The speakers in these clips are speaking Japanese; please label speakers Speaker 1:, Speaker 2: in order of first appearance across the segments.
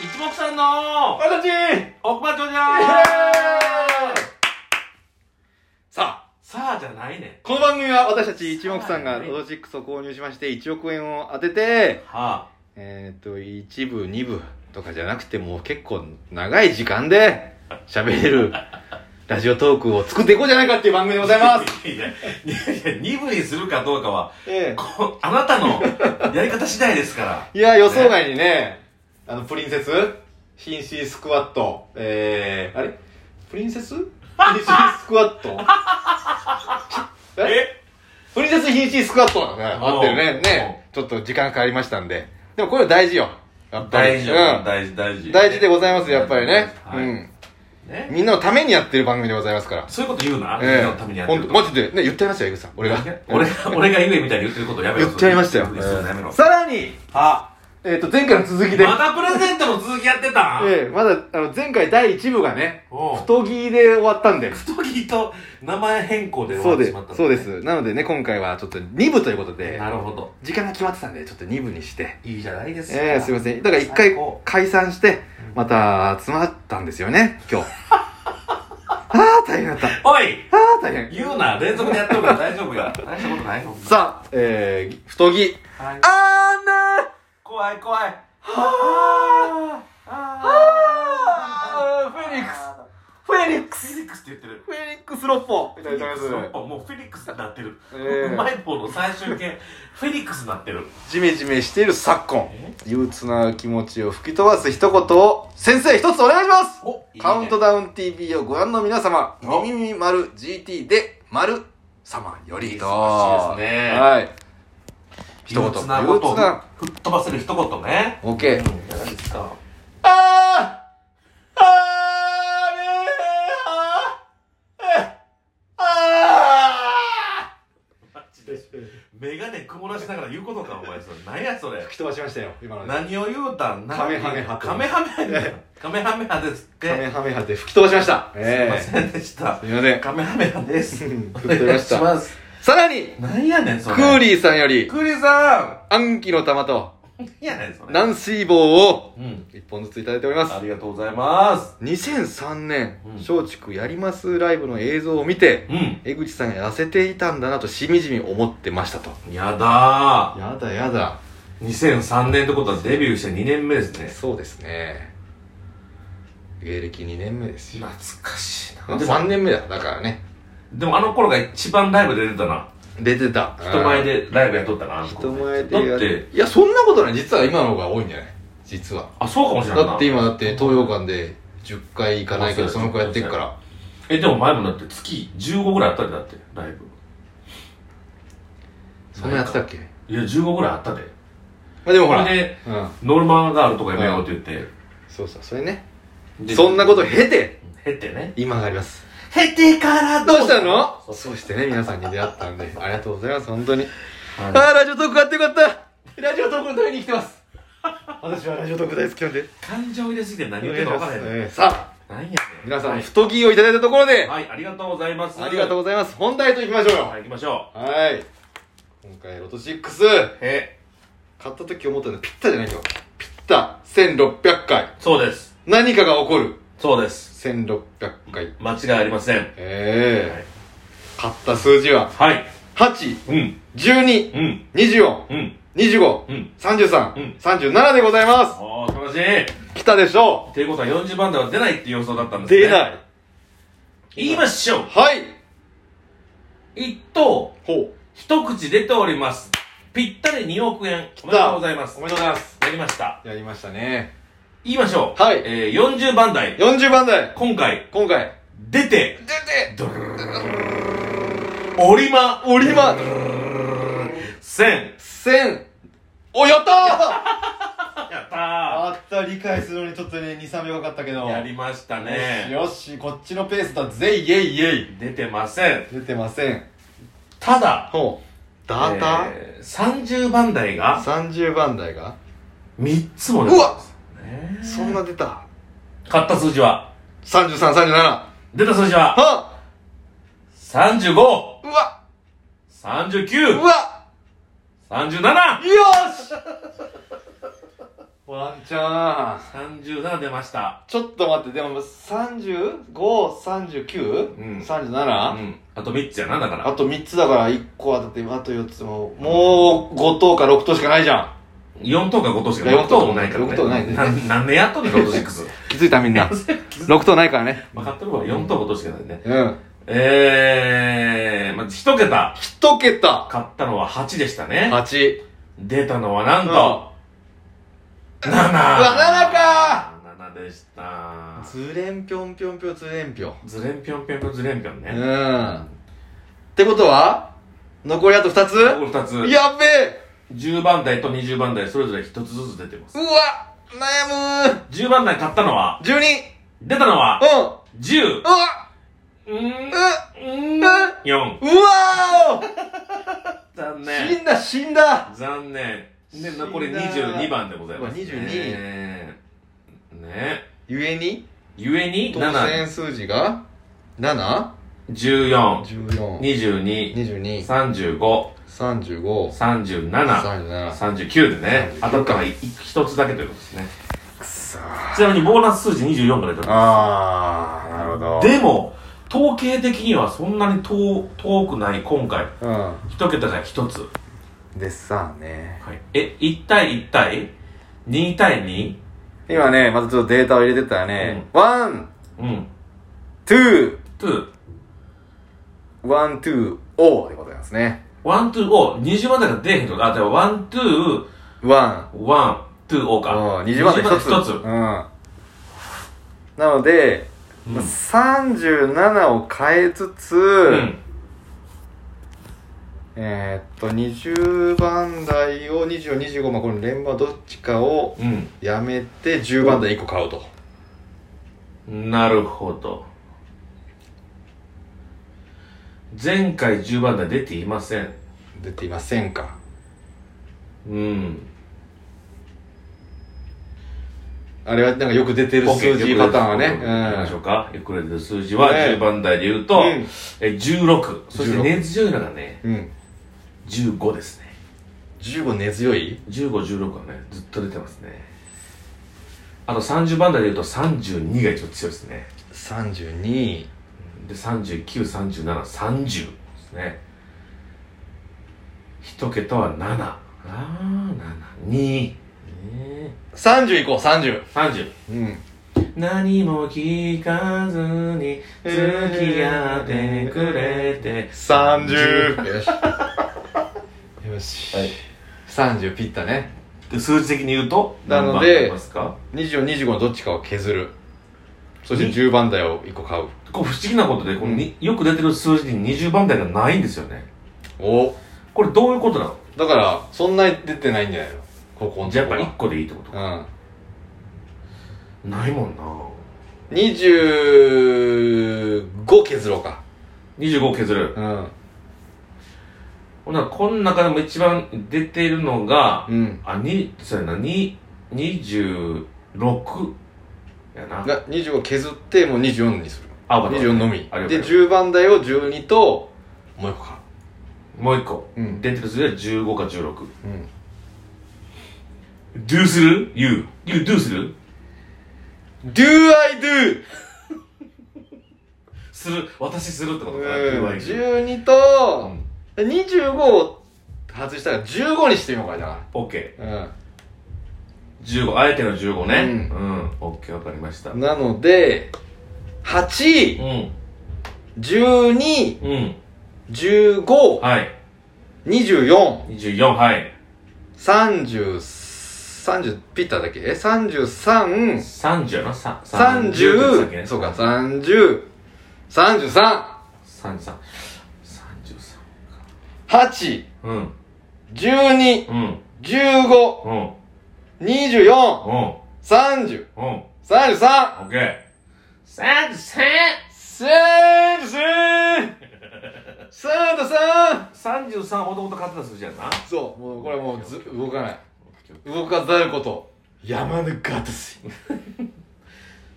Speaker 1: 一目散の
Speaker 2: 私
Speaker 1: 奥歯長じゃ
Speaker 2: イエーイ
Speaker 1: さあ、さあじゃないね。
Speaker 2: この番組は私たち一目さんがロジックスを購入しまして1億円を当てて、
Speaker 1: は
Speaker 2: えっ、と、1部、2部とかじゃなくてもう結構長い時間で喋れるラジオトークを作っていこうじゃないかっていう番組でござい
Speaker 1: あ
Speaker 2: ます。。
Speaker 1: いやいや、2部にするかどうかは、
Speaker 2: え
Speaker 1: こあなたのやり方次第ですから。
Speaker 2: えいや、予想外にね、あの、プリンセス、紳士スクワット、えー、あれプリンセス紳士スクワット
Speaker 1: え
Speaker 2: プリンセスヒンシースクワットなんだね。合ってるね。ね。ちょっと時間かかりましたんで。でもこれ大事よ。やっぱり。
Speaker 1: 大事よ、
Speaker 2: うん。
Speaker 1: 大事、大事。
Speaker 2: 大事でございます、やっぱりね。
Speaker 1: はいうね
Speaker 2: ん。みんなのためにやってる番組でございますから。
Speaker 1: そういうこと言うな。みん
Speaker 2: え
Speaker 1: なのためにやって
Speaker 2: ほん
Speaker 1: る
Speaker 2: と、
Speaker 1: と。
Speaker 2: マジで。ね、言っちゃいましたよ、江口さん。俺が。
Speaker 1: 俺が、俺が言えみたいに言ってることやめろ。
Speaker 2: 言っちゃいましたよ。
Speaker 1: そういうのやめろ。
Speaker 2: さらに、
Speaker 1: あ、
Speaker 2: えっと、前回の続きで。
Speaker 1: またプレゼントの続きやってたん
Speaker 2: ええ、まだ、あの、前回第1部がね、
Speaker 1: おう
Speaker 2: 太着で終わったんで。
Speaker 1: 太木と名前変更で終
Speaker 2: そ
Speaker 1: わ
Speaker 2: う
Speaker 1: ってし
Speaker 2: で
Speaker 1: まった、んだ
Speaker 2: そう
Speaker 1: ね
Speaker 2: です。なのでね、今回はちょっと2部ということで、
Speaker 1: なるほど。
Speaker 2: 時間が決まってたんで、ちょっと2部にして。
Speaker 1: いいじゃないですか。
Speaker 2: ええすいません。だから一回
Speaker 1: 最高
Speaker 2: 解散して、また集まったんですよね、今 日。ああ、大変だった。あ
Speaker 1: おい
Speaker 2: あ、大変。
Speaker 1: 言うな連続でやってるから大丈夫 や。大したことないもん。
Speaker 2: さあ、えー、太着。
Speaker 1: はい
Speaker 2: あーな
Speaker 1: 怖い怖い。あ
Speaker 2: は
Speaker 1: あ
Speaker 2: あーフェニックスフェニックス
Speaker 1: フェニックスって言ってる。
Speaker 2: フェニックス六本
Speaker 1: フェニックス六本もうフェニックスになってる。
Speaker 2: ええ
Speaker 1: うまい棒の最終形、フェニックスになってる。
Speaker 2: ジメジメしている昨今
Speaker 1: え。
Speaker 2: 憂鬱な気持ちを吹き飛ばす一言を、先生一つお願いします
Speaker 1: おいいね
Speaker 2: カウントダウン TV をご覧の皆様、
Speaker 1: お
Speaker 2: みみみまる GT で、まる様よりと。
Speaker 1: 忙しいですね
Speaker 2: はい。一
Speaker 1: 一
Speaker 2: 言
Speaker 1: 言。なこと
Speaker 2: 憂
Speaker 1: を
Speaker 2: 鬱な
Speaker 1: 吹っ飛ばせる一言ね。うん
Speaker 2: OK。
Speaker 1: いかがですか
Speaker 2: あーあーねーあーえあ
Speaker 1: マジでメガネ曇らしながら言うことか、お前。それ何やそれ
Speaker 2: ー。吹き飛ばしましたよ、今ので。
Speaker 1: 何を言うたんな
Speaker 2: カメハメハ
Speaker 1: カメハメハですカメハメハですって。
Speaker 2: カメハメハで吹き飛ばしました。
Speaker 1: すいま
Speaker 2: ええ
Speaker 1: せんでした。
Speaker 2: すみません。
Speaker 1: カメハメハです。
Speaker 2: うん
Speaker 1: お願いします。
Speaker 2: さらに、
Speaker 1: 何やねん、そ
Speaker 2: ク
Speaker 1: れ。
Speaker 2: ーリーさんより、
Speaker 1: クーリーさ
Speaker 2: 暗記の玉と、
Speaker 1: ん。何やねん、それ。
Speaker 2: ナンシー棒を、
Speaker 1: うん。
Speaker 2: 一本ずついただいております
Speaker 1: あ。りがとうございます。
Speaker 2: 2003年
Speaker 1: うん、
Speaker 2: 松竹やりますライブの映像を見て、
Speaker 1: うん。
Speaker 2: 江口さんが痩せていたんだなとしみじみ思ってましたと。
Speaker 1: やだー。
Speaker 2: やだやだ。
Speaker 1: 2003年ってことはデビューして2年目ですね。
Speaker 2: そうですね。芸歴2年目ですよ。
Speaker 1: 懐かしいな。でも、
Speaker 2: 3年目だ、だからね。
Speaker 1: でもあの頃が一番ライブ出てたな。
Speaker 2: 出てた。
Speaker 1: 人前。でライブやっとったな。あの
Speaker 2: 人
Speaker 1: 頃
Speaker 2: 前で
Speaker 1: だ
Speaker 2: や
Speaker 1: って、
Speaker 2: いや、そんなことない。実は今の方が多いんじゃない実は。
Speaker 1: あ、そうかもしれないな。
Speaker 2: だって今だって東洋館で10回行かないけど、
Speaker 1: あ
Speaker 2: そ
Speaker 1: そう
Speaker 2: の子やってっから。
Speaker 1: え、でも前もだって月15ぐらいあったで、だって、ライブ。
Speaker 2: そんなやってたっけま
Speaker 1: いや、15ぐらいあったで。
Speaker 2: あでもほ
Speaker 1: こ
Speaker 2: ら。
Speaker 1: れで、
Speaker 2: うん。
Speaker 1: ノルマがあるとかやめようって言って。
Speaker 2: そうそう、それね。
Speaker 1: で
Speaker 2: そんなこと経て、
Speaker 1: 減ってね。
Speaker 2: 今があります。
Speaker 1: 減ってから
Speaker 2: どうしたの
Speaker 1: そう
Speaker 2: そうしてね、皆さんに出会ったん で、ありがとうございます、本当に。ああ
Speaker 1: は
Speaker 2: ー、ラジオトーク買ってよかったラジオトークのために生きてます私はラジオトーク大好きなんで。
Speaker 1: い感情入れすぎて何言ってるか分からへん。
Speaker 2: えーさあ、
Speaker 1: 何やねん。
Speaker 2: 皆さ
Speaker 1: は
Speaker 2: ん、
Speaker 1: い
Speaker 2: 太着をいただいたところで、
Speaker 1: はい、ありがとうございます。
Speaker 2: ありがとう
Speaker 1: う。
Speaker 2: ございます。本題といきましょうよ。
Speaker 1: はい、行きましょ
Speaker 2: はい。今回、ロト6、
Speaker 1: う。へ
Speaker 2: 買った時思ったのはピッタじゃないよ。ピッタ、1600回。
Speaker 1: そうです。
Speaker 2: 何かが起こる。
Speaker 1: そうです。
Speaker 2: 1600回。
Speaker 1: 間違いありません。は
Speaker 2: え
Speaker 1: い
Speaker 2: え買った数字は、
Speaker 1: はい。
Speaker 2: 8、
Speaker 1: うん、
Speaker 2: 12、
Speaker 1: うん、
Speaker 2: 24、
Speaker 1: うん、
Speaker 2: 25、
Speaker 1: うん。
Speaker 2: 33、
Speaker 1: うん
Speaker 2: 37でございます
Speaker 1: おー、楽しい。
Speaker 2: 来たでしょ
Speaker 1: ていうことは40番台は出ないっていう予想だったんで
Speaker 2: う
Speaker 1: すね。
Speaker 2: 出
Speaker 1: い。
Speaker 2: ない
Speaker 1: 言いましょう。
Speaker 2: はい
Speaker 1: 一等、
Speaker 2: ほう
Speaker 1: 一口出ております。ぴったり2億円。おめでとうございます。
Speaker 2: おめでとうございます
Speaker 1: やりました。
Speaker 2: やりましたね
Speaker 1: 言いましょう。
Speaker 2: はい
Speaker 1: えー、40番台。
Speaker 2: 40番台
Speaker 1: 今回、
Speaker 2: 今回
Speaker 1: 出て、
Speaker 2: 出て
Speaker 1: ドルルルルルルルオリマ、
Speaker 2: オリマ
Speaker 1: 1000。
Speaker 2: 1000おやったー
Speaker 1: やった
Speaker 2: あった理解するのにちょっとね23秒かかったけど
Speaker 1: ー。やりましたね。
Speaker 2: よしよしこっちのペースだぜイエイイエイ
Speaker 1: 出てません。
Speaker 2: 出てません
Speaker 1: ただ、
Speaker 2: ほうダーター、
Speaker 1: えー、30番台が
Speaker 2: 30番台が
Speaker 1: 3つも出
Speaker 2: うわ
Speaker 1: ね
Speaker 2: そんな出た
Speaker 1: 買った数字は、
Speaker 2: 3337は
Speaker 1: 出た数字は、
Speaker 2: あ
Speaker 1: 35、
Speaker 2: うわう
Speaker 1: 39、
Speaker 2: わ
Speaker 1: 37!
Speaker 2: よしワンチャン
Speaker 1: 37出ました
Speaker 2: ちょっと待ってでも
Speaker 1: うん
Speaker 2: 3539?37?、37
Speaker 1: うんあと3つやなだから
Speaker 2: あと3つだから1個当たってあと4つももう5等か6等しかないじゃん
Speaker 1: 4等か5等しか
Speaker 2: いや
Speaker 1: 6等もないから、ね、
Speaker 2: 六等ないね
Speaker 1: ん何年やっとんねんロト6
Speaker 2: 気づいたみんな6等ないからね
Speaker 1: 分かっとるわ4等5等しかないね
Speaker 2: うん
Speaker 1: えー、まあ、1桁
Speaker 2: 1桁
Speaker 1: 買ったのは8でしたね
Speaker 2: 8
Speaker 1: 出たのはなん
Speaker 2: う
Speaker 1: と、7う
Speaker 2: うわ7か
Speaker 1: 7でした
Speaker 2: ずれんぴょんぴょんぴょんずれんぴょん
Speaker 1: ずれんぴょんぴょんぴょんずれんぴょん
Speaker 2: う
Speaker 1: ね
Speaker 2: んってことは残りあと2つ
Speaker 1: これ2つ
Speaker 2: やべえ
Speaker 1: 10番台と20番台それぞれ1つずつ出てます
Speaker 2: うわ悩む
Speaker 1: 10番台買ったのは
Speaker 2: 12
Speaker 1: 出たのは
Speaker 2: うんうわ
Speaker 1: 10う
Speaker 2: う
Speaker 1: ーん
Speaker 2: わ
Speaker 1: 4
Speaker 2: うわ
Speaker 1: 残
Speaker 2: ー
Speaker 1: 念
Speaker 2: 死んだ死んだ
Speaker 1: 残念で
Speaker 2: 死んだ
Speaker 1: 残り22番でございますね
Speaker 2: うわ
Speaker 1: 22ね
Speaker 2: ゆえに
Speaker 1: ゆえに
Speaker 2: 当
Speaker 1: 7
Speaker 2: 選数字が
Speaker 1: 14
Speaker 2: 714223537
Speaker 1: 22 35 37 39でね
Speaker 2: 39
Speaker 1: 当たったのは1つだけということですね
Speaker 2: くそ
Speaker 1: ちなみにボーナス数字24が出てま
Speaker 2: あーなるほど
Speaker 1: すでも統計的にはそんなに遠遠くない今回
Speaker 2: う
Speaker 1: 1桁が1つ、
Speaker 2: んでさあね
Speaker 1: はい、え1対1対2対 2?
Speaker 2: 今ねまたちょっとデータを入れてったらねワン
Speaker 1: うん
Speaker 2: ツー
Speaker 1: 2
Speaker 2: ワンツーオーでございますね
Speaker 1: ワン、ツー、オー、20番台が出えへんってことあ、じゃあ、ワン、ツー、
Speaker 2: ワ
Speaker 1: ワン、ツー、オー
Speaker 2: ン
Speaker 1: か。
Speaker 2: うん20番で1つ
Speaker 1: 20番
Speaker 2: うん
Speaker 1: で
Speaker 2: なので
Speaker 1: うん
Speaker 2: 37を変えつつ、
Speaker 1: うん。
Speaker 2: えーっと20番台を2425まあこの連番どっちかを
Speaker 1: うん。
Speaker 2: やめて10番台1個買うと
Speaker 1: うん。なるほど。前回10番台出ていません。
Speaker 2: 出ていませんか
Speaker 1: うん。
Speaker 2: あれはなんかよく出てる数字パターンはね
Speaker 1: 行きましょうか。よく出てる数字は
Speaker 2: ね
Speaker 1: 10番台で言うと、
Speaker 2: うん
Speaker 1: え16。そして
Speaker 2: 16
Speaker 1: ネズジョイナがね、
Speaker 2: うん、うん、
Speaker 1: 15ですね。
Speaker 2: 15根強い
Speaker 1: 15、16はね、ずっと出てますね。あと30番台で言うと32が一応強いですね。
Speaker 2: 32
Speaker 1: で393730ですね一桁は7あー72ねえ
Speaker 2: 30いこう30
Speaker 1: 30
Speaker 2: うん
Speaker 1: 何も聞かずに付き合ってくれて
Speaker 2: 30よしよし、
Speaker 1: はい
Speaker 2: 30ピッタね
Speaker 1: で数字的に言うと
Speaker 2: な
Speaker 1: 何
Speaker 2: の
Speaker 1: 番
Speaker 2: で
Speaker 1: になりますか
Speaker 2: 2425のどっちかを削るそして
Speaker 1: に
Speaker 2: 10番台を1個買う
Speaker 1: こう不思議なことでこのによく出てる数字に20番台がないんですよね
Speaker 2: お
Speaker 1: これどういうことなの
Speaker 2: だからそんなに出てないんじゃないのここの
Speaker 1: じゃあ
Speaker 2: と
Speaker 1: やっぱ
Speaker 2: こ
Speaker 1: 1個
Speaker 2: が
Speaker 1: でいいってことか
Speaker 2: うん
Speaker 1: ないもんな
Speaker 2: 25削ろうか
Speaker 1: 25削る
Speaker 2: うん
Speaker 1: ほな、この中でも一番出てるのが、
Speaker 2: うん
Speaker 1: あ、に、そうやな、に、26やな。
Speaker 2: が25削ってもう24にする
Speaker 1: あ、わかった
Speaker 2: 24のみ
Speaker 1: ありがとう
Speaker 2: で
Speaker 1: ござい
Speaker 2: 10番台を12ともう1個か
Speaker 1: ますもう一個。
Speaker 2: うん
Speaker 1: 出てる数字は15か16。
Speaker 2: うん
Speaker 1: どうする ?you。you どうする
Speaker 2: Do I do?
Speaker 1: する。私するってこ
Speaker 2: う
Speaker 1: と
Speaker 2: ん
Speaker 1: か。10。
Speaker 2: 12
Speaker 1: う
Speaker 2: と
Speaker 1: ん。
Speaker 2: 25を外したら15にしてみようかじゃ
Speaker 1: OK。
Speaker 2: あ
Speaker 1: 15。あえての15ね。
Speaker 2: う
Speaker 1: うん。OK、わかりました。
Speaker 2: うんなので8
Speaker 1: うん。
Speaker 2: 12
Speaker 1: うん。
Speaker 2: 15
Speaker 1: はい。
Speaker 2: 24
Speaker 1: 24、はい。
Speaker 2: 30 30ピッタだっけえ33
Speaker 1: 30やな、さ
Speaker 2: 三
Speaker 1: 30ってさっき
Speaker 2: 十
Speaker 1: ね
Speaker 2: そうか、三十三十三
Speaker 1: 33。33。
Speaker 2: 八
Speaker 1: うん。
Speaker 2: 十二
Speaker 1: うん。
Speaker 2: 十五
Speaker 1: うん。
Speaker 2: 二十四
Speaker 1: うん。
Speaker 2: 三十
Speaker 1: うん。オ
Speaker 2: 三十三
Speaker 1: ッケー。三十三
Speaker 2: 三十三三十三
Speaker 1: 三十三もともと勝ってた数字やんな。
Speaker 2: そう、もうこれはもうず動かない。動かざること。山ぬかとし。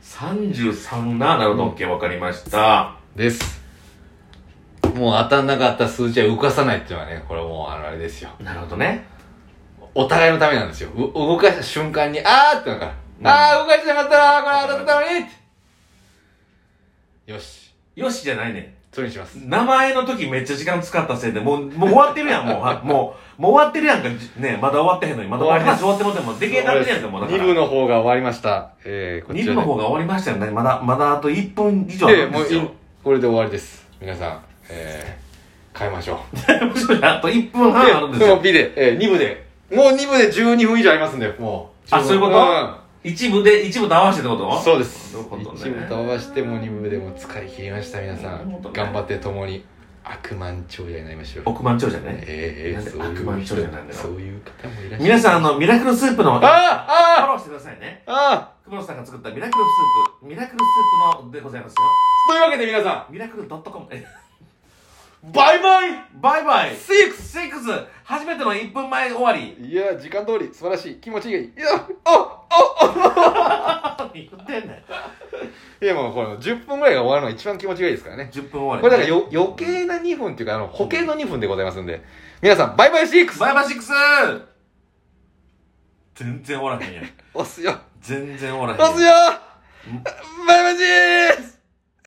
Speaker 1: 三十三な、なるほど、オッケー、わかりました。
Speaker 2: です。もう当たんなかった数字は動かさないっていうのはね、これもうあのあれですよ。
Speaker 1: なるほどね。
Speaker 2: お互いのためなんですよ。う動かした瞬間に、あーってなんか、あー動かしてなかったなこれ当たったのにってよし。
Speaker 1: よしじゃないね。
Speaker 2: それにします。
Speaker 1: 名前の時めっちゃ時間使ったせいで、もう、もう終わってるやん、もう。 はもう、もう終わってるやんか。じね、まだ終わってへんのに。まだ終わります。終わってもうても、できへんなってるやんか、もうだか
Speaker 2: 二
Speaker 1: ら。
Speaker 2: 部の方が終わりました。えー、こち
Speaker 1: 二
Speaker 2: ら
Speaker 1: 部
Speaker 2: で
Speaker 1: の方が終わりましたよね。まだ、まだあと1分以上あ
Speaker 2: で、
Speaker 1: るん
Speaker 2: も
Speaker 1: で
Speaker 2: う
Speaker 1: す
Speaker 2: い
Speaker 1: よ。
Speaker 2: これで終わりです。皆さん、えー、変えましょう。
Speaker 1: あと1分半あるんです
Speaker 2: でも
Speaker 1: よ。
Speaker 2: B で、えー、2部で。もう2部で12分以上ありますんで、もう。
Speaker 1: あそういうこと一部で、一部と合わせてってこと
Speaker 2: ん、そうです。
Speaker 1: なるほどね
Speaker 2: 一部と合わせても2部でも使い切りました、皆さ
Speaker 1: なる
Speaker 2: ん。
Speaker 1: ほどね
Speaker 2: 頑張って共に悪満長者になりましょう。
Speaker 1: 億万長者ね。
Speaker 2: ええ
Speaker 1: なんで
Speaker 2: ー、そういう
Speaker 1: 悪満長者なんだよ
Speaker 2: そういう方もいらっしゃる。
Speaker 1: 皆さん、あの、ミラクルスープの、フォ
Speaker 2: あーあー
Speaker 1: ローしてくださいね。
Speaker 2: あ
Speaker 1: 久保田さんが作ったミラクルスープ、ミラクルスープのでございますよ。
Speaker 2: ーというわけで皆さ
Speaker 1: ミラクル .com。え
Speaker 2: ん、バイバイ
Speaker 1: バイバイ
Speaker 2: !6!
Speaker 1: シックス初めての1分前終わり
Speaker 2: いやー、時間通り、素晴らしい。気持ちいい。いや、ああ
Speaker 1: 言ってんねん。
Speaker 2: いや、もうこの10分ぐらいが終わるのが一番気持ちがいいですからね。
Speaker 1: 10分終わり。
Speaker 2: これだからよ余計な2分っていうか、あの、保険の2分でございますんで。皆さん、バイバイ 6!
Speaker 1: バイバイシックス全然終わらへんやん。
Speaker 2: 押すよ
Speaker 1: 全然終わらへんやん
Speaker 2: 押すよバイバイ 6!